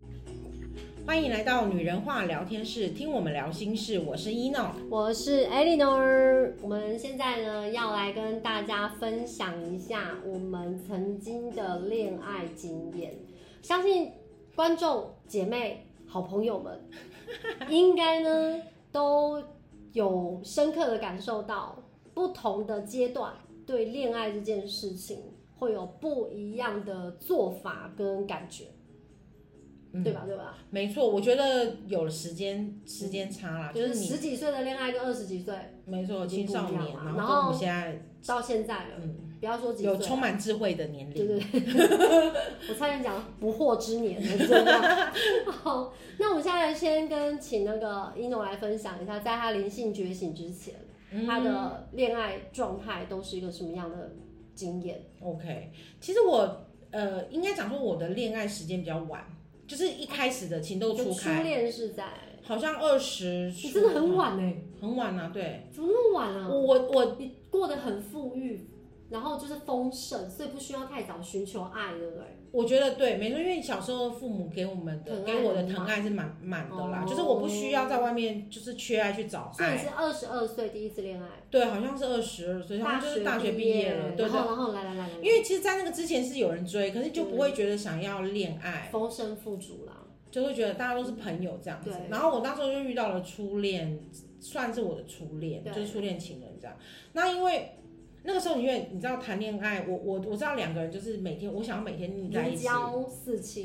嗯欢迎来到女人话聊天室，听我们聊心事。我是一诺，我是 Eleanor，我们现在呢要来跟大家分享一下我们曾经的恋爱经验。相信观众姐妹、好朋友们，应该呢都有深刻的感受到，不同的阶段对恋爱这件事情会有不一样的做法跟感觉，嗯对吧？对吧？没错，我觉得有了时间时间差啦，就是你十几岁的恋爱跟二十几岁没错已青经不一少样了年，然然后跟我们后现在到现在了，嗯不要说几岁有了，充满智慧的年对 龄，对对，我差点讲不惑之年了，真的。好，那我们现在先跟请那个一诺来分享一下，在他灵性觉醒之前，嗯他的恋爱状态都是一个什么样的经验？ OK，其实我呃，应该讲说我的恋爱时间比较晚，就是一开始的情窦你的初初开，恋是在，好像二十，你真的很，晚哎、很晚啊，对，怎么那么晚我啊？我我你过得很富裕，然后就是丰盛，所以不需要太早寻求爱，对不对？我觉得对，没错，因为小时候父母给我们的疼爱给我的疼爱是满满哦的啦，哦就是我不需要在外面就是缺爱去找所以你爱，是二十二岁第一次恋爱，对，好像是二十二岁，好像就是大学学毕业了，对然后对。然后来来来来，因为其实，在那个之前是有人追，可是就不会觉得想要恋爱，丰盛富足啦。就会觉得大家都是朋友这样子对。然后我那时候就遇到了初恋，算是我的初恋，对就是初恋情人这样。那因为那个时候，因为你知道谈恋爱，我我我知道两个人就是每天，我想要每天腻在一年起，交四期，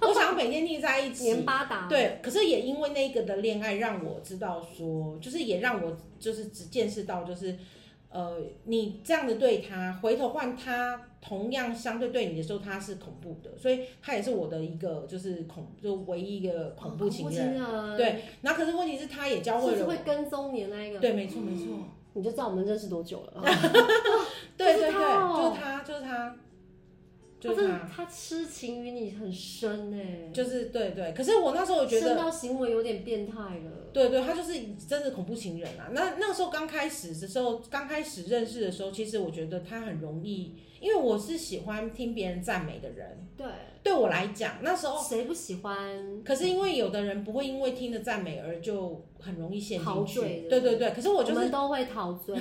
我想要每天腻在一年起。八达，，对，可是也因为那个的恋爱，让我知道说，就是也让我就是只见识到，就是呃，你这样子对他，回头换他同样相对对你的时候，他是恐怖的，所以他也是我的一个就是恐，就唯一一个恐怖情人。人对然后可是问题是，他也教会嗯是不是了会哦我。跟踪你的那一个？，哦对，没错，没错，你就知道我们认识多久了。对就对对，是就他哦是他，就是他，他就真是的他，他痴情于你很深哎，就是对对。可是我那时候我觉深得，到行为有点变态了。对对，他就是真的恐怖情人啊。那那个时候刚开始的时候，刚开始认识的时候，其实我觉得他很容易，因为我是喜欢听别人赞美的人。对，对我来讲，那时候，谁不喜欢？可是因为有的人不会因为听了赞美而就很容易陷陶进去醉。的对对对，可是我就们是，都会陶 醉，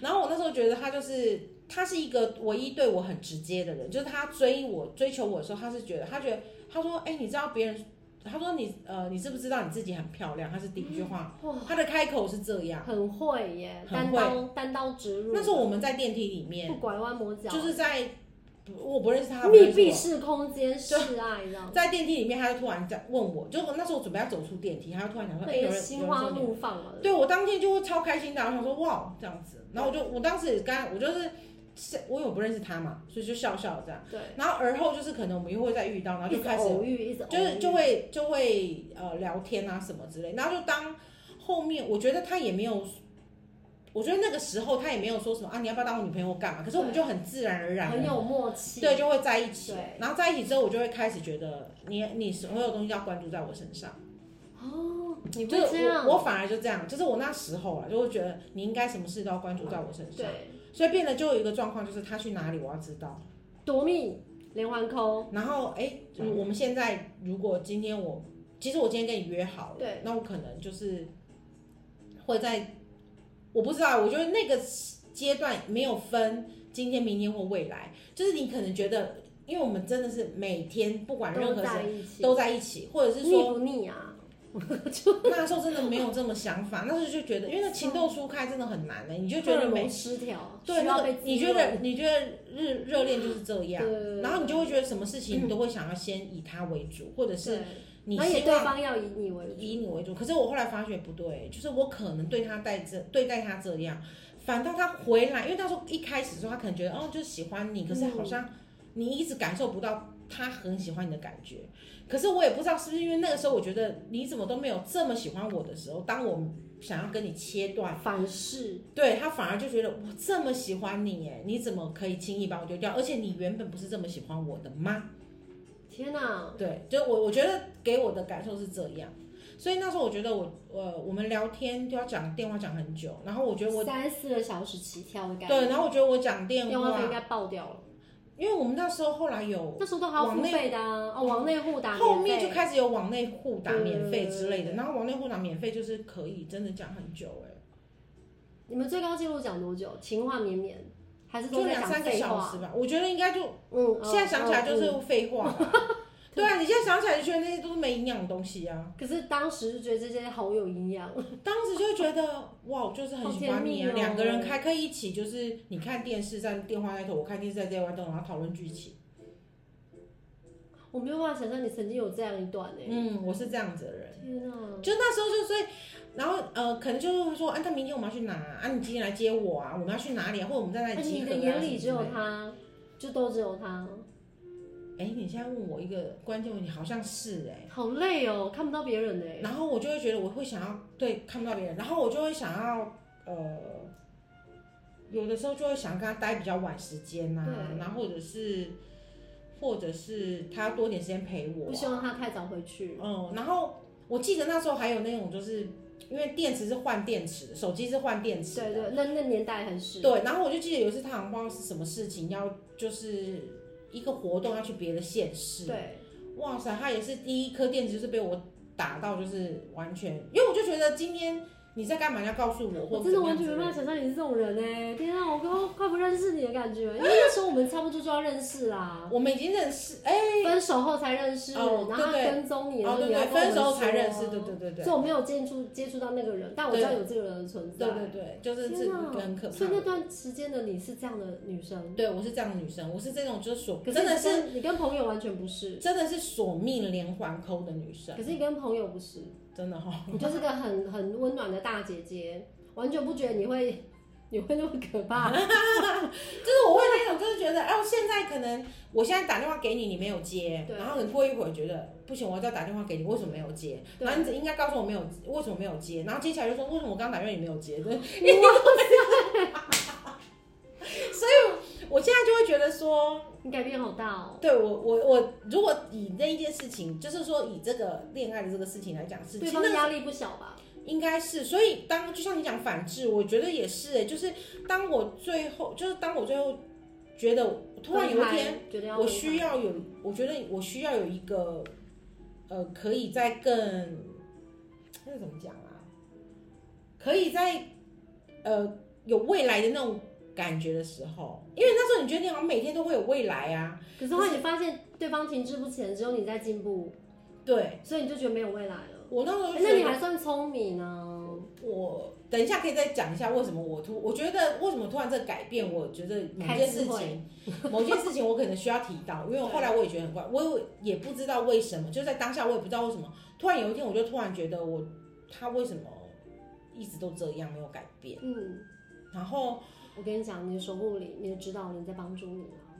然后我那时候觉得他就是，他是一个唯一对我很直接的人，就是他追我追求我的时候，他是觉得，他觉得他说，哎、你知道别人，他说你呃，你知不知道你自己很漂亮？他是第一句话，哇，他的开口是这样。很会耶，很单会刀单刀直入。那时候我们在电梯里不面，拐弯抹角，就是在我不认识他，不认嗯密识闭我式空间示爱这样，在电梯里面，他就突然在问我，就我那时候我准备要走出电梯，他就突然讲说：“哎、对，有人心花有人说怒放嘛你。对我当天就会超开心的，我想说哇这样子，然后我就我当时也刚我就是是我有不认识他嘛，所以就笑笑这样，对，然后而后就是可能我们又会再遇到，然后一就直开始偶遇，一直偶就是遇就会就会呃聊天啊什么之类，然后就当后面我觉得他也没有，我觉得那个时候他也没有说什么啊你要不要当我女朋友干嘛，可是我们就很自然而然很的。有默契。对，就会在一起哦对，然后在一起之后，我就会开始觉得你你所有东西要关注在我身上，哦，你就会这是样，我我反而就这样，就是我那时候啊，就会觉得你应该什么事都要关注在我身上，对所以变得就有一个状况，就是他去哪里我要知道，夺命连环扣，然后哎，嗯如我们现在如果今天我，其实我今天跟你约好了，对，那我可能就是会在，我不知道，我觉得那个阶段没有分今天、明天或未来，就是你可能觉得，因为我们真的是每天不管任都何在谁一起，都在一起，或者是 腻说不腻啊？那时候真的没有这么想法，那时候就觉得，因为那情窦初开真的很难的、你就觉荷得尔每蒙失调，对嗯需那要个被滋你觉润得你觉得热热恋就是这样。对，然后你就会觉得什么事情你都会想要先以他为主，或者是嗯对你然后也希对望方要以你为主，以你为主。可是我后来发觉不对，就是我可能对他带这对待他这样，反倒他回来，因为那时候一开始的时候他可能觉得哦就喜欢你，可是好嗯像你一直感受不到他很喜欢你的感觉。可是我也不知道是不是因为那个时候我觉得你怎么都没有这么喜欢我的时候，当我想要跟你切断，反噬，对他反而就觉得我这么喜欢你耶，你怎么可以轻易把我丢掉？而且你原本不是这么喜欢我的吗？天哪！对，就我我觉得给我的感受是这样，所以那时候我觉得我呃我们聊天就要讲电话讲很久，然后我觉得我三四个小时起跳的感觉，对，然后我觉得我讲电电话费应话该爆掉了。因为我们那时候后来有那时候都还要付费的啊，哦，往内户打免费后面就开始有往内互打免费之类的，然后往内互打免费就是可以真的讲很久哎、你们最高纪录讲多久？情话绵绵，还是都就在两讲三个废小话？时吧，我觉得应该就嗯，哦现在想起来就哦是废话啦。 对啊，你现在想起来就觉得那些都是没营养的东西啊。嗯可是当时就觉得这些好有营养，当时就觉得哇，我就是很喜欢你啊好甜蜜哦，两、个人开可以一起，就是你看电视在电话那头，我看电视在电话那头，然后讨论剧情。我没有办法想象你曾经有这样一段哎、嗯，我是这样子的人，天啊哪！就那时候就所以，然后呃，可能就是会说，啊，那明天我们要去哪啊？啊你今天来接我啊？我们要去哪里啊？或者我们在那而里且集哎你合、的啊、眼里只什么有之类的。他，就都只有他，哎、你现在问我一个关键问题，好像是哎、好累哦，看不到别人哎、然后我就会觉得我会想要对看不到别人，然后我就会想要呃，有的时候就会想跟他待比较晚时间呐、对然后或者是或者是他多点时间陪我不希啊、望他太早回去。嗯，然后我记得那时候还有那种就是因为电池是换电池的，手机是换电池的，对对，那那年代还是对，然后我就记得有一次他好像不知道是什么事情要就是一个活动要去别的县市，对，哇塞，他也是第一颗电池就是被我打到，就是完全，因为我就觉得今天你在干嘛？你要告诉我，或者我真的完全怎没么办样法想象你是这种人哎、天啊，我都快不认识你的感觉，因为那时候我们差不多就要认识啦之类的。，我们已经认识，哎、分手后才认识，哦然后他对对跟踪你，哦对你还对，跟我分们手才说认识，对对对对，所以我没有接触接触到那个人，但我知道有这个人的存在。对对对，就是这啊天哪个很可所以那怕。段时间的你是这样的女生，对，我是这样的女生，我是这种就是锁，可是真的你是跟你跟朋友完全不是，真的是索命连环扣的女生可，是你跟朋友不是，真的哈、你就是个很很温暖的大姐姐，完全不觉得你会你会那么可 怕。就是我会那种，就是觉得，哎、我现在可能我现在打电话给你，你没有接，对然后你过一会儿觉得不行，我要再打电话给你，为什么没有接？对然后你只应该告诉我没有，为什么没有接？然后接起来就说为什么我刚打电 话你没有接？对，我现在就会觉得说，你改变好大哦。对我我我，如果以那一件事情，就是说以这个恋爱的这个事情来讲，是其对实方那压力不小吧？应该是，所以当就像你讲反制，我觉得也是、欸，就是当我最后，就是当我最后觉得突然有一天。分开觉得要我分开需要有，我觉得我需要有一个，呃，可以再更，那怎么讲啊？可以在，呃，有未来的那种感觉的时候，因为那时候你觉得你好像每天都会有未来啊，可是后来你发现对方停滞不前，只有你在进步，对所以你就觉得没有未来了。 我那时候就哎那觉你得还算聪明啊呢。我等一下可以再讲一下为什么我突，我觉得为什么突然这个改变，我觉得某开件事智慧情， 某件事情我可能需要提到，因为我后来我也觉得很怪，我也也不知道为什么，就在当下我也不知道为什么，突然有一天我就突然觉得我他为什么一直都这样没有改变，嗯，然后我跟你讲，你的守护灵、你的指导灵在帮助你啊。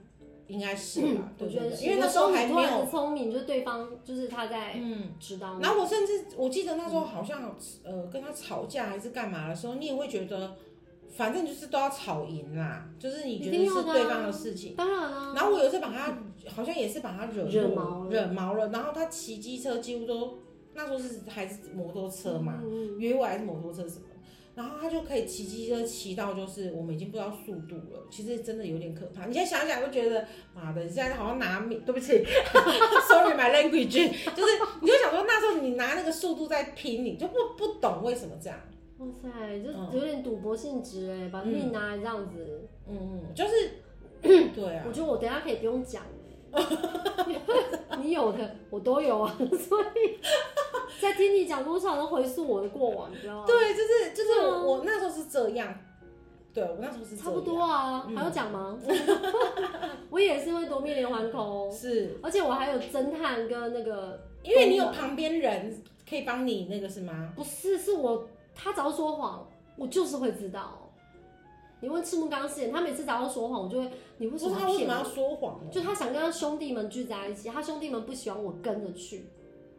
应该是吧，对嗯我不觉对得？是因为那时候还有时没候你突然有的，聪明，就是对方就是他在嗯。指导你然。后我甚至我记得那时候好像呃跟他吵架还是干嘛的时候，你也会觉得反正就是都要吵赢啦，就是你觉得一定要是的啊对方的事情。当然啦、然后我有一次把他好像也是把他惹怒惹毛了惹毛了，然后他骑机车几乎都那时候是还是摩托车嘛，嗯，约我还是摩托车什么的，然后他就可以骑机车骑到就是我们已经不知道速度了，其实真的有点可怕。你现在想想都觉得，妈的，你现在好像拿米，对不起 ，sorry my language，就是你就想说那时候你拿那个速度在拼，你就不不懂为什么这样。哇塞，就嗯有点赌博性质哎、把命拿来这样子。嗯嗯，就是， 对啊我，觉得我等一下可以不用讲 哎你有的我都有啊， 所以在听你讲路上都回溯我的过往，你知道吗？对，就是就是哦对啊我我那时候是这样，对我那时候是这样差不多啊，嗯还要讲吗？ 我也是会夺命连环扣，是而且我还有侦探跟那个因为你有旁边人可以帮你那个啊是吗？不是，是我他只要说谎，我就是会知道。你问赤木刚宪，他每次只要说谎，我就会你为不什是么他要为什骗么要我？说谎呢？就他想跟他兄弟们聚在一起，他兄弟们不喜欢我跟着去，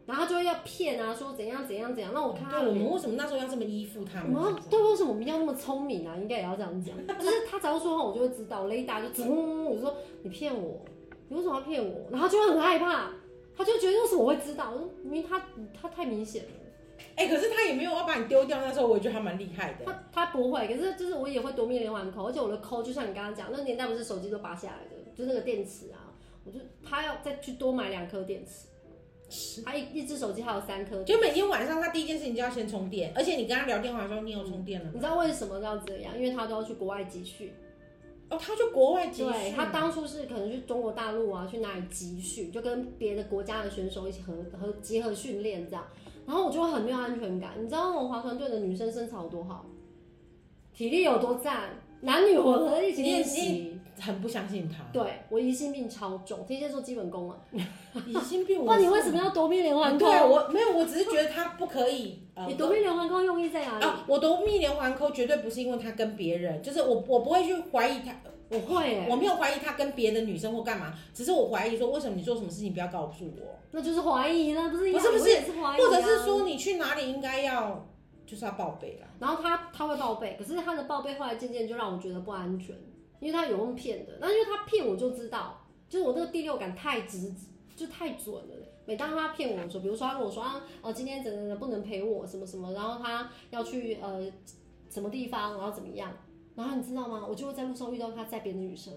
然后他就会要骗啊，说怎样怎样怎样。那我看他对，我们为什么那时候要这么依附他我们们要？对，为什么我们要那么聪明啊？应该也要这样讲，就是他只要说谎，我就会知道，雷达就嗡，我就说你骗我，你为什么要骗我？然后他就会很害怕，他就觉得为什么我会知道？我说明明他他太明显了，哎、可是他也没有要把你丢掉，那时候我也觉得他蛮厉害的。他他不会，可是就是我也会夺命连环扣，而且我的扣就像你刚刚讲，那个年代不是手机都拔下来的，就那个电池啊，我就他要再去多买两颗电池，他一一只手机还有三颗，就每天晚上他第一件事情就要先充电，而且你跟他聊电话的时候，你有充电了你知道为什么要这样？因为他都要去国外集训。哦，他去国外集对训，他当初是可能去中国大陆啊，去哪里集训，就跟别的国家的选手一起合合结合训练这样。然后我就会很没有安全感，你知道我们划船队的女生身材有多好，体力有多赞，男女混合一起练习。很不相信他，对我疑心病超重，天蝎座基本功啊，疑心病不 我。然你为什么要夺命连环扣？对我没有，我只是觉得他不可以。呃你夺命连环扣用意在哪里？啊，我夺命连环扣绝对不是因为他跟别人，就是我我不会去怀疑他，我会、欸，我没有怀疑他跟别的女生或干嘛，只是我怀疑说为什么你做什么事情不要告诉我，那就是怀疑了，不是一样？不是不是我也是怀疑、啊，或者是说你去哪里应该要就是要报备啦。然后他他会报备，可是他的报备后来渐渐就让我觉得不安全，因为他有用骗的。那因为他骗我就知道，就是我那个第六感太直，就太准了。每当他骗我的时候，比如说他跟我说啊，哦、今天怎怎怎不能陪我什么什么，然后他要去呃什么地方，然后怎么样，然后你知道吗？我就会在路上遇到他在别的女生。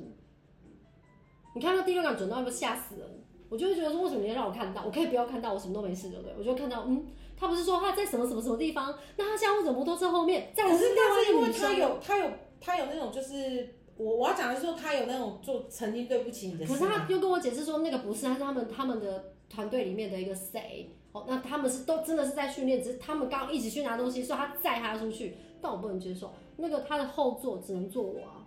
你看他第六感准到要吓死人，我就会觉得说为什么你要让我看到？我可以不要看到，我什么都没事，对不对？我就看到嗯。他不是说他在什么什么什么地方？那他现在为什么摩托车后面？再可来是另但外是一因个为女他生。有他有他有那种就是我我要讲的是说他有那种做曾经对不起你的可事是情，他又跟我解释说，那个不是，他是他们他们的团队里面的一个谁。哦，那他们是都真的是在训练，只是他们刚刚一起去拿东西，所以他载他出去，但我不能接受。那个他的后座只能坐我啊，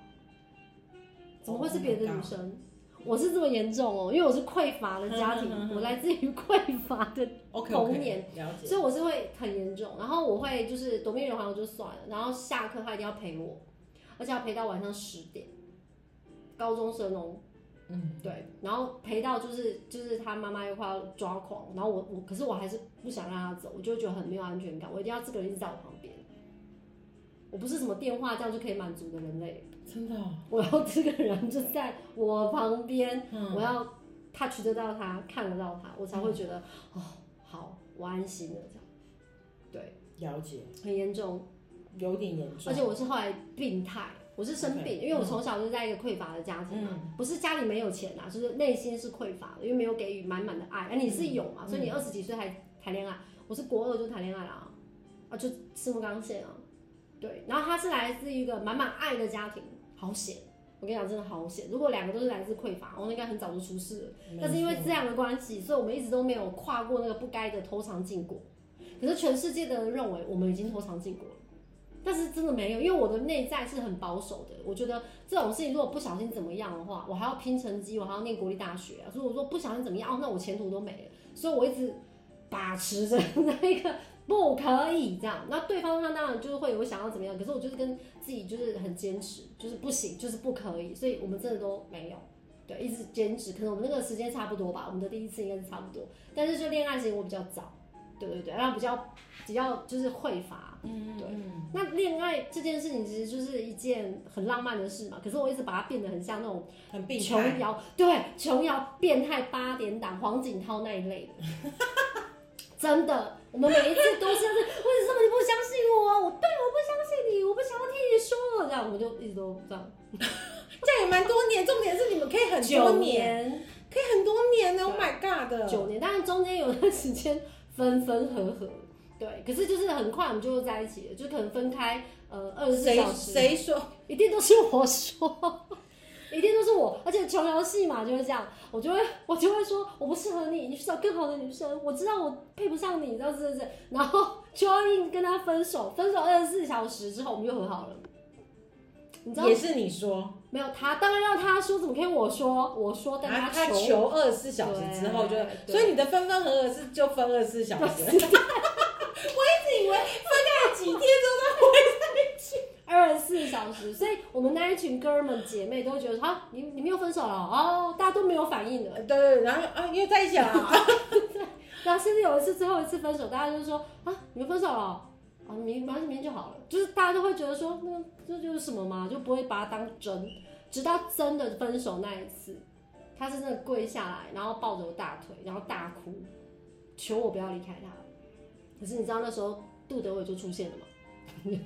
怎么会是别的女生？我是这么严重哦，因为我是匮乏的家庭，我来自于匮乏的 OK 童年了解。所以我是会很严重，然后我会就是夺命连环我就算了，然后下课他一定要陪我，而且要陪到晚上十点，高中生哦，嗯，对，然后陪到就是就是他妈妈又快要抓狂，然后我我可是我还是不想让他走，我就会觉得很没有安全感，我一定要这个人一直在我旁边，我不是什么电话这样就可以满足的人类，真的、哦，我要这个人就在我旁边，我 嗯，要 touch 得到他，看得到他，我才会觉得、哦，好，我安心了，这样了解，很严重，有点严重，而且我是后来病态，我是生病 OK，因为我从小就在一个匮乏的家庭嘛，不是家里没有钱啊，就是内心是匮乏的，因为没有给予满满的爱，啊，你是有嘛，所以你二十几岁还谈恋爱，我是国二就谈恋爱了啊，啊，就赤木刚宪啊，对，然后他是来自一个满满爱的家庭，好险。我跟你讲，真的好险！如果两个都是来自匮乏，我应该很早就出事了。没但是因为错这样的关系，所以我们一直都没有跨过那个不该的偷尝禁果。可是全世界的人认为我们已经偷尝禁果了，但是真的没有，因为我的内在是很保守的。我觉得这种事情如果不小心怎么样的话，我还要拼成绩，我还要念国立大学啊。所以我说不小心怎么样，哦，那我前途都没了。所以我一直把持着 那个不可以这样。那对方他当然就是会有想要怎么样，可是我就是跟自己就是很坚持，就是不行，就是不可以。所以我们真的都没有。对，一直坚持，可能我们那个时间差不多吧，我们的第一次应该是差不多，但是就恋爱时间我比较早，对对对，然后比较比较就是匮乏，嗯对。那恋爱这件事情其实就是一件很浪漫的事嘛，可是我一直把它变得很像那种很病态琼。瑶，对，琼瑶变态八点档黄景涛那一类 的，真的，我们每一次都是，为什么你不相信我？我对，我不相信你，我不想要听你说，这样我们就一直都这样，这样也蛮多年，重点是你们可以很多九年，年可以很多年呢。Oh my god 九年，但是中间有段时间分分合合，对，可是就是很快我们就在一起了，就可能分开呃二十四谁小时，谁说？一定都是我说，一定都是我，而且琼瑶戏嘛就是这样，我就会我就会说我不适合你，你去找更好的女生，我知道我配不上你，这样是不是？然后就要硬跟他分手，分手二十四小时之后我们就和好了，你知道也是你说，没有？他当然要他说，怎么可以我说？我说，但然后他他求啊求二十四小时之后就对，对所以你的分分合合是就分二十四小 时。我一直以为分开几天二十四小时，所以我们那一群哥们姐妹都会觉得，啊，你你们又分手了哦，大家都没有反应了。 对对，对然后就啊又在一起了啊，然后甚至有一次最后一次分手，大家就说，啊，你们分手了哦，啊，明马上明天就好了，就是大家都会觉得说，那这就是什么嘛，就不会把它当真，直到真的分手那一次，他是真的跪下来，然后抱着我大腿，然后大哭，求我不要离开他。可是你知道那时候杜德伟就出现了嘛？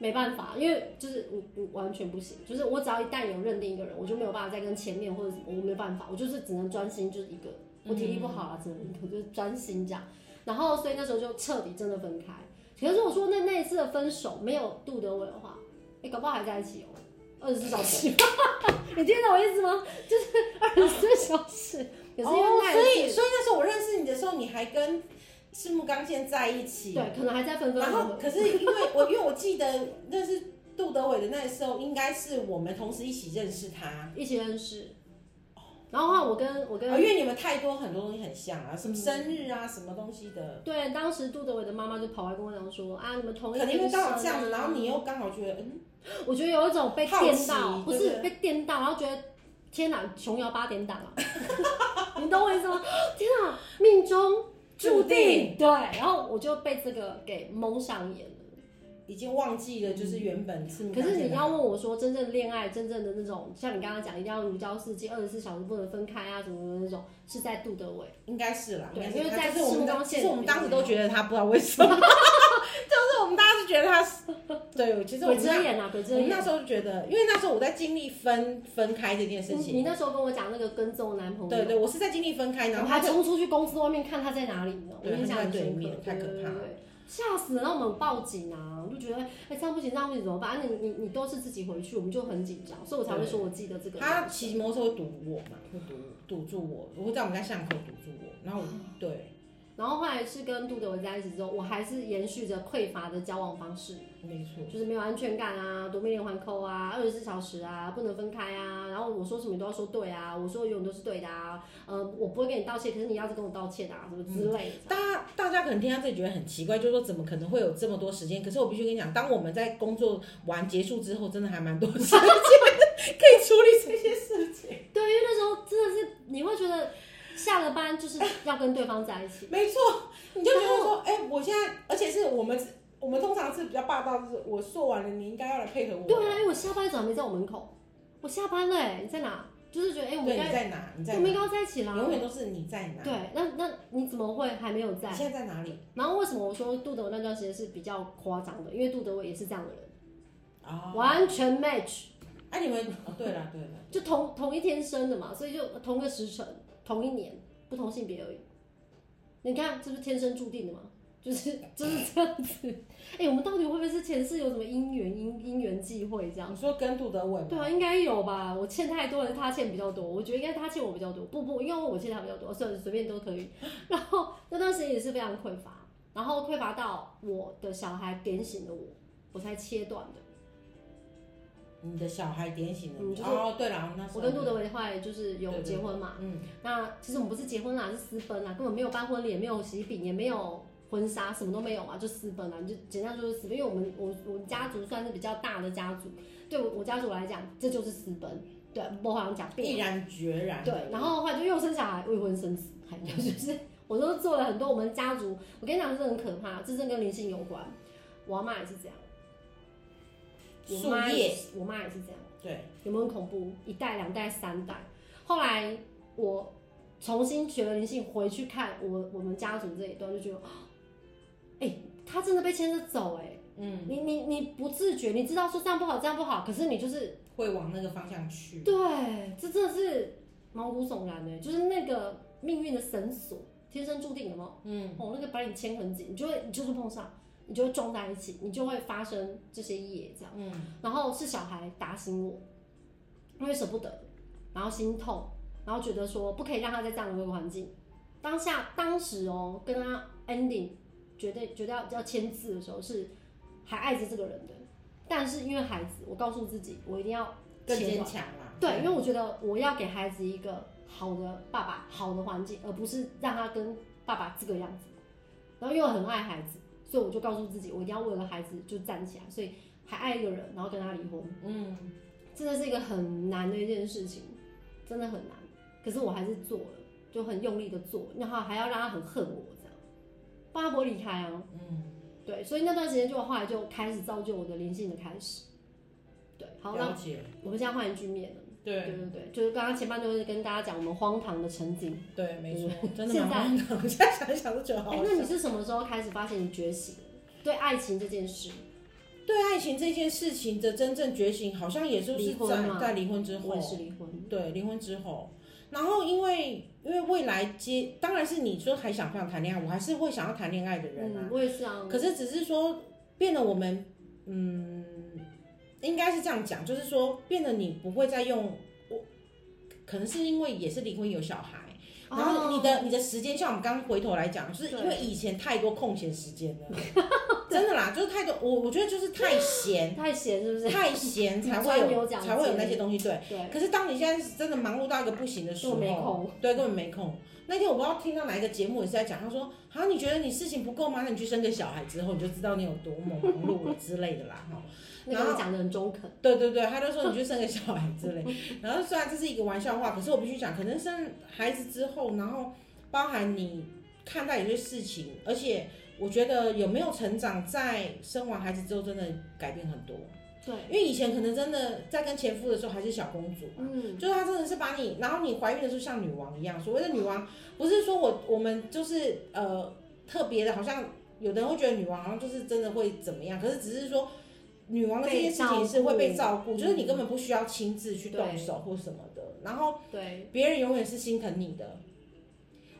没办法，因为就是我我完全不行，就是我只要一旦有认定一个人，我就没有办法再跟前面或者什么，我没有办法，我就是只能专心就是一个，我体力不好啊，只能我就是专心这样。然后所以那时候就彻底真的分开。可是我说那那一次的分手没有杜德伟的话，哎、搞不好还在一起哦，二十四小时。 你听懂我意思吗？就是二十四小 时，也是因为哦那所一次。以所以那时候我认识你的时候，你还跟赤木刚宪在一起，对，可能还在分分然合后合。可是因为我因为我记得认识杜德伟的那时候，应该是我们同时一起认识他。一起认识。然后的话我跟我跟、啊因为你们太多很多东西很像啊，什么生日啊，什么东西的，对，当时杜德伟的妈妈就跑来跟我讲说啊，你们同一可能因为天刚生、好啊。这样子，然后你又刚好觉得，嗯，我觉得有一种被好电奇到，不对是不被电到，然后觉得天哪，琼瑶八点档 啊，你懂我意思吗？ 天哪，命中注注定定对，然后我就被这个给蒙上眼了。已经忘记了，就是原本是。可是你要问我说，真正恋爱，真正的那种，像你刚刚讲，一定要如胶似漆，二十四小时不能分开啊，什么的那种，是在杜德伟。应该是啦，对应该是因为他在就是我赤木们刚当，其宪实我里面们当时都觉得他不知道为什 么，就是我们大家就觉得他是，对，其实我鬼们遮那眼啊，鬼遮我们眼。那时候就觉得，因为那时候我在经历分分开这件事嗯你情，你那时候跟我讲那个跟踪男朋友，对对，我是在经历分开，然我后还他就冲出去公司外面看他在哪里呢，我对印象他很在对深刻面，太可对怕了对对吓死了！然后我们报警啊，我就觉得，哎、这样不行，这样不行，怎么办？啊、你你你都是自己回去，我们就很紧张，所以我才会说我记得这个。他骑摩托车会堵我嘛，会堵堵住我，我会在我们家巷口堵住我，然 后我对，然后后来是跟杜德伟在一起之后，我还是延续着匮乏的交往方式，没错，就是没有安全感啊，夺命连环扣啊，二十四小时啊，不能分开啊。然后我说什么你都要说对啊，我说的永远都是对的啊。呃，我不会跟你道歉，可是你要是跟我道歉啊，什么之类的。大家大家可能听到这里觉得很奇怪，就是说怎么可能会有这么多时间？可是我必须跟你讲，当我们在工作完结束之后，真的还蛮多时 间可以处理这些事情。对，因为那时候真的是你会觉得下了班就是要跟对方在 一起，没错，你就觉得说，哎、我现在，而且是我们是我们通常是比较霸道，就是我做完了，你应该要来配合我。对啊，因为我下班怎么没在我门口？我下班了、欸，你在哪？就是觉得哎、我们对，应你该在哪？你在我们哪？应该要在一起啦。永远都是你在哪？对，那那你怎么会还没有在你？现在在哪里？然后为什么我说杜德伟那段时间是比较夸张的？因为杜德伟也是这样的人，啊、完全 match，哎、你们哦，对了对了，就同同一天生的嘛，所以就同个时辰、同一年，不同性别而已。你看，这不是天生注定的吗？ 就是就是这样子。 哎、我们到底会不会是前世有什么姻缘、因因缘际会这样？你说跟杜德伟吗？对啊，应该有吧。我欠太多了，他欠比较多。我觉得应该他欠我比较多。不不，因为我欠他比较多，算了，随便都可以。 然后那段时间也是非常匮乏，然后匮乏到我的小孩点醒了我，我才切断的。你的小孩点醒了你。嗯就是哦，对了，那时候我跟杜德伟后来就是有对对结婚嘛，嗯，那其实我们不是结婚啦，是私奔啦，根本没有办婚礼，也没有喜饼，也没有婚纱，什么都没有嘛，啊就私奔啦。你就简单说就是私奔，因为我们我我们家族算是比较大的家族，对我我家族来讲，这就是私奔。对，我好像讲变毅然决然的。对，然后后来就又生小孩，未婚生子，还有就是 我都做了很多我们家族，我跟你讲这很可怕，这真的跟灵性有关。我阿妈也是这样，我树妈也叶，是我妈也是这样，对，有没有很恐怖？一代、两代、三代，后来我重新学了灵性，回去看我我们家族这一段，就觉得，哦哎、他真的被牵着走、哎，嗯，你你你不自觉，你知道说这样不好，这样不好，可是你就是会往那个方向去。对，这真的是毛骨悚然呢、欸就是那个命运的绳索，天生注定的吗？嗯，哦，那个把你牵很紧，你就会你就是碰上，你就会撞在一起，你就会发生这些业这样。嗯，然后是小孩打醒我，因为舍不得，然后心痛，然后觉得说不可以让他在这样的一个环境。当下当时哦，跟他 ending，绝对绝对要要签字的时候是还爱着这个人的，但是因为孩子，我告诉自己我一定要更切断坚强啦。对，因为我觉得我要给孩子一个好的爸爸、好的环境，而不是让他跟爸爸这个样子。然后因为我很爱孩子，所以我就告诉自己，我一定要为了孩子就站起来，所以还爱一个人，然后跟他离婚，嗯，真的是一个很难的一件事情，真的很难。可是我还是做了，就很用力的做，然后还要让他很恨我这样，不然他不会离开啊。嗯，对，所以那段时间就后来就开始造就我的灵性的开始。对，好，那了解。我们现在换一句面了。对对对对，就是刚刚前半段是跟大家讲我们荒唐的场景。对，没错，真的 嗯现蛮在荒唐。我现 在想一想都觉得好哎、好那笑你。是什么时候开始发现你觉醒了对爱情这件事？对爱情这件事情的真正觉醒，好像也就是离婚在嘛在离婚之后我也，是离婚，对，离婚之后，然后因为因为未来接，当然是你说还想不想谈恋爱，我还是会想要谈恋爱的人啊。嗯，我也是啊，可是只是说变得我们，嗯，应该是这样讲，就是说变得你不会再用我，可能是因为也是离婚有小孩，哦然后你的、你的时间，像我们刚回头来讲，就是因为以前太多空闲时间了，真的啦，就是太多，我我觉得就是太闲哦， 太闲是不是？太闲才会钻牛有角尖才会有那些东西对。 对，可是当你现在是真的忙碌到一个不行的时就候，没空，对，根本没空。那天我不知道听到哪一个节目也是在讲，他说：“啊，你觉得你事情不够吗？那你去生个小孩之后，你就知道你有多么忙碌了之类的啦。”哈，那个人讲的很中肯，对对对，他就说你去生个小孩之类。 然后虽然这是一个玩笑话，可是我必须讲，可能生孩子之后，然后包含你看待有些事情，而且我觉得有没有成长，在生完孩子之后真的改变很多。对，因为以前可能真的在跟前夫的时候还是小公主嘛，嗯，就是她真的是把你，然后你怀孕的时候像女王一样。所谓的女王，不是说我我们就是呃特别的，好像有的人会觉得女王好像就是真的会怎么样，可是只是说女王的这件事情是会被照顾，被照顾就是你根本不需要亲自去对动手或什么的，然后对，别人永远是心疼你的。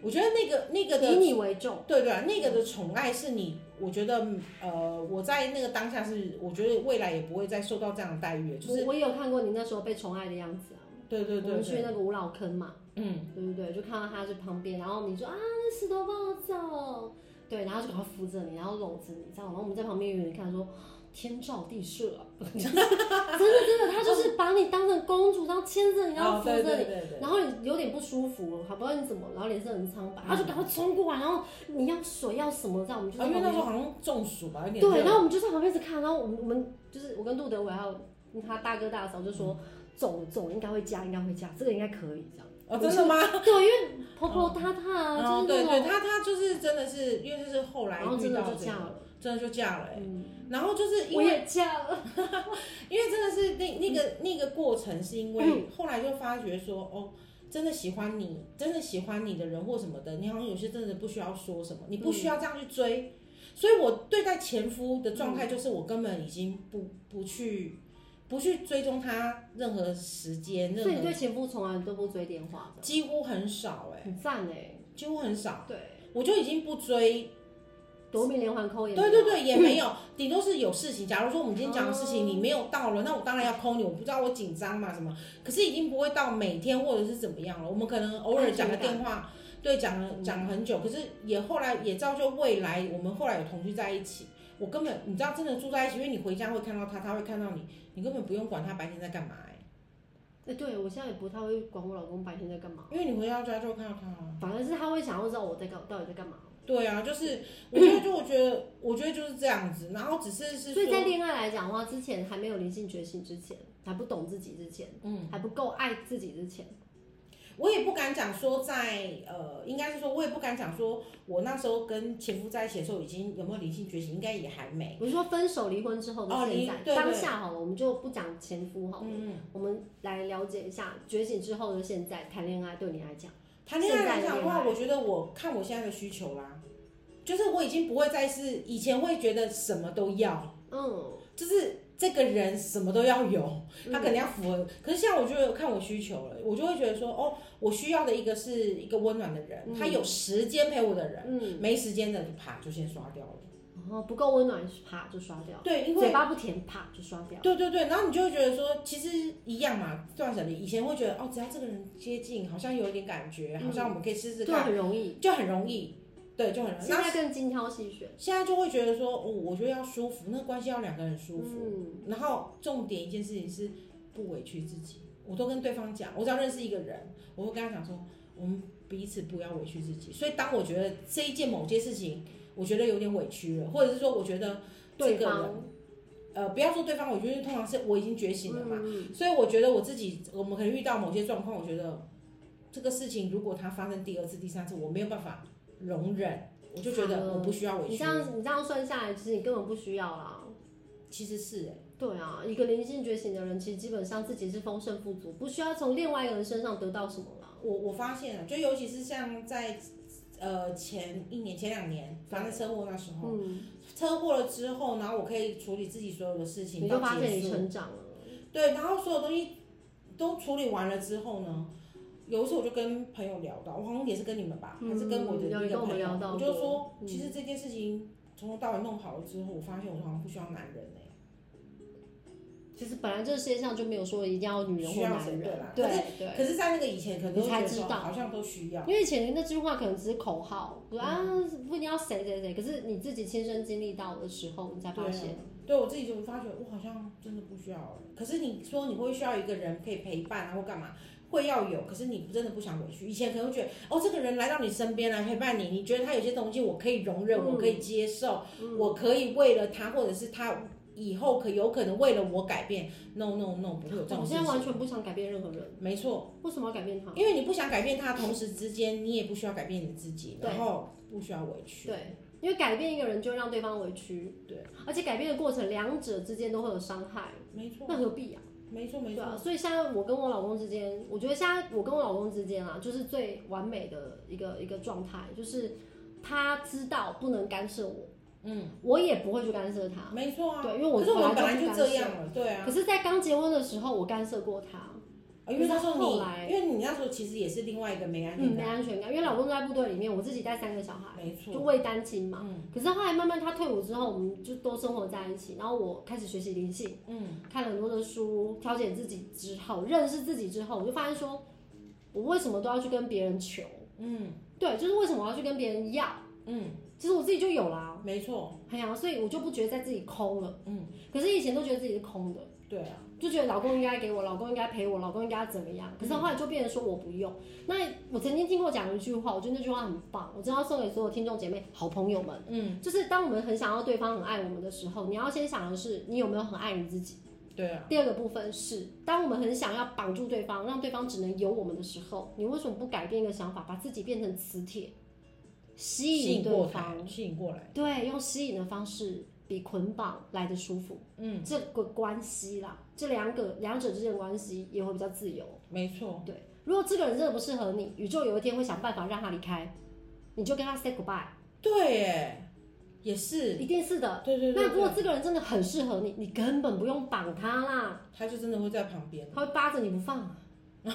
我觉得那个那个的以你为重，对对啊，那个的宠爱是你，我觉得，呃，我在那个当下是，我觉得未来也不会再受到这样的待遇，就是，我我也有看过你那时候被宠爱的样子啊，对对我对们去对，那个五老坑嘛，嗯，对不对？就看到他在旁边，然后你说啊，石头帮我走，对，然后就赶快扶着你，然后搂着你，这样，然后我们在旁边远远看说。天照地设啊、 真的真的，他就是把你当成公主，然后牵着你，然哦后扶对着对你，对对，然后你有点不舒服，还不知道你怎么，然后脸色很苍白，嗯他就赶快冲过来，然后你要水要什么，这样我们就啊，在因为那旁时候边好像中暑吧，有点对，热然后我们就在旁边一直看，然后我们我们就是我跟杜德伟还有他大哥大嫂就说。嗯走走，应该会加，应该会加，这个应该可以这样。哦，真的吗？ 对，因为婆婆塌塌啊，哦，就是对那对，种，他他就是真的是，因为就是后来然后真遇的到就这嫁个，了，真的就嫁了、欸，嗯，然后就是因我为也嫁了，因为真的是那那个那个过程，是因嗯为后来就发觉说，哦，真的喜欢你，真的喜欢你的人或什么的，你好像有些真的不需要说什么，你不需要这样去追。所以我对待前夫的状态嗯就是，我根本已经不不去不去追踪他任何时间，所以任你何对前夫从来都不追电话的，几乎很少、欸，很赞哎，几乎很少，对，我就已经不追。夺命连环扣也没有对对，对，也没有，顶多是有事情。假如说我们今天讲的事哦情你没有到了，那我当然要 call 你，我不知道我紧张嘛什么，可是已经不会到每天或者是怎么样了。我们可能偶尔讲个电话，对，讲了讲了很久，可是也后来也造就未来我们后来有同居在一起。我根本你知道真的住在一起，因为你回家会看到他，他会看到你，你根本不用管他白天在干嘛、欸，哎，对我现在也不太会管我老公白天在干嘛，因为你回到家就会看到他啊。反而是他会想要知道我在干到底在干嘛，对啊，就是我觉得就我觉得我觉得就是这样子，然后只是是所以在说，恋爱来讲的话，之前还没有灵性觉醒之前，还不懂自己之前，嗯。还不够爱自己之前，我也不敢讲说在呃，应该是说，我也不敢讲说我那时候跟前夫在一起的时候已经有没有灵性觉醒，应该也还没。我是说分手离婚之后的哦现离在，对对当下好了，我们就不讲前夫好了，嗯，我们来了解一下觉醒之后的现在谈恋爱对你来讲，谈恋爱来讲的现在的恋话，爱我觉得我看我现在的需求啦，就是我已经不会再是以前会觉得什么都要，嗯，就是这个人什么都要有，他可能嗯要符合。可是现在我就有看我需求了，我就会觉得说，哦，我需要的一个是一个温暖的人，他嗯有时间陪我的人，嗯，没时间的就啪就先刷掉了。然后不够温暖，啪就刷掉，对，因为嘴巴不甜，啪就刷掉，对对对，然后你就会觉得说，其实一样嘛，断舍离。以前会觉得哦，只要这个人接近，好像有一点感觉，嗯好像我们可以试试对，看，很容易。就很容易，对，就很容易。现那在更精挑细选，现在就会觉得说，哦，我觉得要舒服，那关系要两个人舒服。嗯，然后重点一件事情是不委屈自己，我都跟对方讲，我只要认识一个人，我会跟他讲说，我们彼此不要委屈自己。所以当我觉得这一件某件事情，我觉得有点委屈了，或者是说我觉得这对个方人，呃，不要说对方，我觉得通常是我已经觉醒了嘛。嗯，嗯所以我觉得我自己，我们可能遇到某些状况，我觉得这个事情如果它发生第二次、第三次，我没有办法容忍，我就觉得我不需要委嗯你屈这。样你这样算下来，其实你根本不需要啦。其实是哎、对啊，一个灵性觉醒的人，其实基本上自己是丰盛富足，不需要从另外一个人身上得到什么啦。啊我我发现了，就尤其是像在呃前一年、前两年发生车祸那时候，嗯，车祸了之后，然后我可以处理自己所有的事情，你就发到现结你束。成长了，对，然后所有东西都处理完了之后呢，有一次我就跟朋友聊到，我好像也是跟你们吧，嗯还是跟我的有一你跟个我们朋友，聊到我就过说，嗯其实这件事情从头到尾弄好了之后，我发现我好像不需要男人哎、其实本来这个世界上就没有说一定要女人或需要男谁对人啦，对对。可是，啊在那个以前，可能都你才觉得说知道好像都需要。因为以前那句话可能只是口号，说啊嗯不一定要谁谁谁，可是你自己亲身经历到的时候，你才发现，对啊我自己就发觉，我好像真的不需要了。可是你说你会需要一个人可以陪伴啊，或干嘛，会要有。可是你真的不想委屈。以前可能会觉得，哦，这个人来到你身边来陪伴你，你觉得他有些东西我可以容忍，嗯我可以接受，嗯我可以为了他，或者是他以后可有可能为了我改变。No No No，不会有这种我事哦现在情。完全不想改变任何人，没错，为什么要改变他？因为你不想改变他，同时之间你也不需要改变你自己，对然后不需要委屈。对，因为改变一个人就让对方委屈，对，而且改变的过程，两者之间都会有伤害，没错，那何必啊？没错，没对啊，错。所以现在我跟我老公之间，我觉得现在我跟我老公之间啊，就是最完美的一个一个状态，就是他知道不能干涉我，嗯，我也不会去干涉他，没错啊。对，因为我可是我们本来就就不干这涉样了，对啊。可是，在刚结婚的时候，我干涉过他，啊因为那时候你可是后来，因为你那时候其实也是另外一个没安嗯，全没感，安全感，因为老公在部队里面，我自己带三个小孩，没就错，为单亲嘛。嗯可是后来慢慢他退伍之后，我们就都生活在一起，然后我开始学习灵性，嗯，看了很多的书，调整自己之后，认识自己之后，我就发现说，我为什么都要去跟别人求？嗯对，就是为什么我要去跟别人要？嗯，其实我自己就有啦，没错，哎呀，所以我就不觉得在自己空了。嗯，可是以前都觉得自己是空的，对啊，就觉得老公应该给我，老公应该陪我，老公应该怎么样。可是嗯后来就变成说我不用。那我曾经听过讲一句话，我觉得那句话很棒，我真的要送给所有听众姐妹、好朋友们，嗯就是当我们很想要对方很爱我们的时候，你要先想的是你有没有很爱你自己。对啊，第二个部分是，当我们很想要绑住对方，让对方只能有我们的时候，你为什么不改变一个想法，把自己变成磁铁，吸吸引引对过方？来，吸引过来，对，用吸引的方式比捆绑来的舒服。嗯，这个关系啦，这两个两者之间的关系也会比较自由。没错，对，如果这个人真的不适合你，宇宙有一天会想办法让他离开，你就跟他 say goodbye，对，哎，也是，一定是的。对对对那如果对，这个人真的很适合你，你根本不用绑他啦，他就真的会在旁边，他会扒着你不放、啊。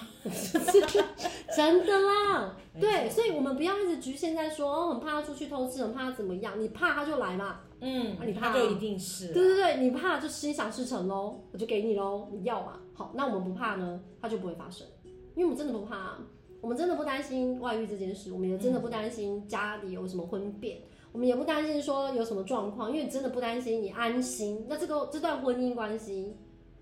真的啦，对，所以我们不要一直局限在说哦，很怕他出去偷吃，很怕他怎么样，你怕他就来嘛，嗯啊，你怕他就一定是对啊，对对，你怕就心想事成喽，我就给你喽，你要嘛？好，那我们不怕呢，它就不会发生，因为我们真的不怕、啊，我们真的不担心外遇这件事，我们也真的不担心家里有什么婚变，我们也不担心说有什么状况，因为真的不担心，你安心，那这个这段婚姻关系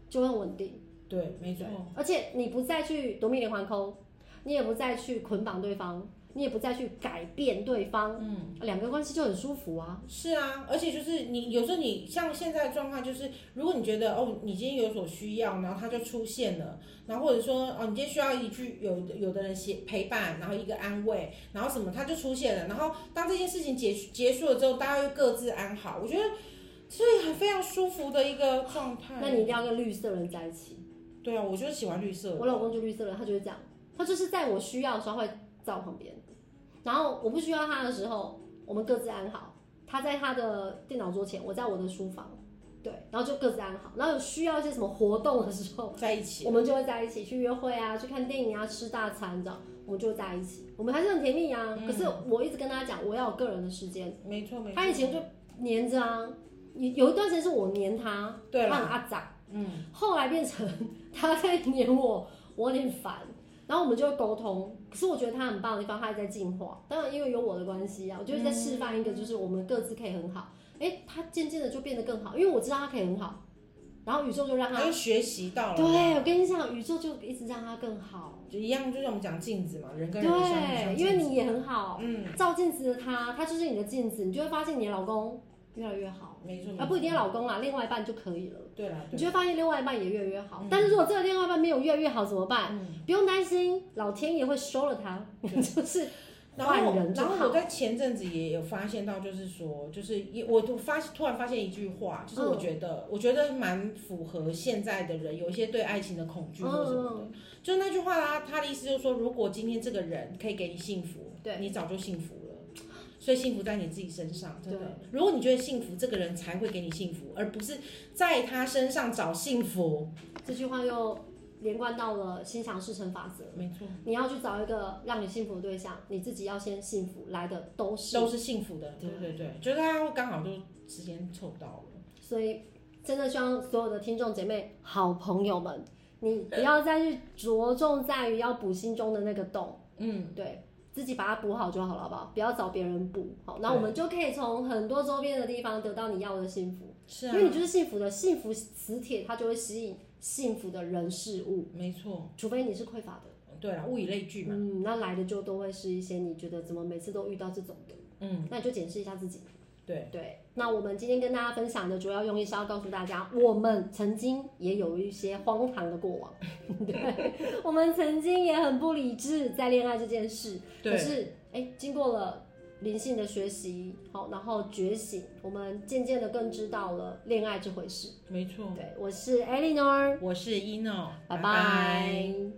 就会很稳定，对，没错，而且你不再去夺命连环扣，你也不再去捆绑对方，你也不再去改变对方，嗯。两个关系就很舒服啊。是啊，而且就是你有时候你像现在的状况，就是如果你觉得哦，你今天有所需要，然后他就出现了，然后或者说哦，你今天需要一句有有的人协陪伴，然后一个安慰，然后什么他就出现了，然后当这件事情结束结束了之后，大家又各自安好，我觉得所以很非常舒服的一个状态。那你一定要跟绿色人在一起。对啊，我就是喜欢绿色的，我老公就绿色了，他就是这样，他就是在我需要的时候会在我旁边，然后我不需要他的时候，我们各自安好。他在他的电脑桌前，我在我的书房，对，然后就各自安好。然后有需要一些什么活动的时候，在一起我们就会在一起去约会啊，去看电影啊，吃大餐，你知道，我们就会在一起，我们还是很甜蜜啊。可是我一直跟他讲，我要有个人的时间，没错没错。他以前就黏着啊，有有一段时间是我黏他，对他了，很阿杂。嗯，后来变成他在黏我， 我有点烦，然后我们就会沟通。可是我觉得他很棒的地方，他还在进化。当然，因为有我的关系啊，我就是在示范一个，就是我们各自可以很好。哎、他渐渐的就变得更好，因为我知道他可以很好，然后宇宙就让他他。就学习到了，对，我跟你讲，宇宙就一直让他更好。就一样，就是我们讲镜子嘛，人跟人相处对，像因为镜子你也很好，嗯，照镜子的他，他就是你的镜子，你就会发现你的老公越来越好。没错，没错啊，不一定要老公啦，另外一半就可以了。对啦，你对就会发现另外一半也越来越好。嗯但是如果这个另外一半没有越来越好怎么啦，办？嗯。不用担心，老天爷会收了他，对 就是然后换我，人就然后好我。在前阵子也有发现到，就是说，就是也我突发突然发现一句话，就是我嗯觉得、我觉得蛮符合现在的人，有一些对爱情的恐惧或什么的。嗯，就那句话啦，他的意思就是说，如果今天这个人可以给你幸福，对你早就幸福了。所以幸福在你自己身上，真对的。如果你觉得幸福，这个人才会给你幸福，而不是在他身上找幸福。这句话又连贯到了心想事成法则。没错，你要去找一个让你幸福的对象，你自己要先幸福，来的都是。都是幸福的。对对对，就是他刚好就时间凑到了。所以真的希望所有的听众姐妹、好朋友们，你不要再去着重在于要补心中的那个洞，嗯，对自己把它补好就好了，好不好？不要找别人补，好，那对我们就可以从很多周边的地方得到你要的幸福，是啊因，为你就是幸福的，幸福磁铁它就会吸引幸福的人事物，没错。除非你是匮乏的。对啊了，物以类聚嘛。嗯，那来的就都会是一些你觉得怎么每次都遇到这种的，嗯，那你就检视一下自己。对，对，那我们今天跟大家分享的主要用意是要告诉大家，我们曾经也有一些荒唐的过往， 对，我们曾经也很不理智在恋爱这件事，可对，是哎，经过了灵性的学习，好，然后觉醒，我们渐渐的更知道了恋爱这回事。没错。对，我是 Eleanor，我是一诺，拜拜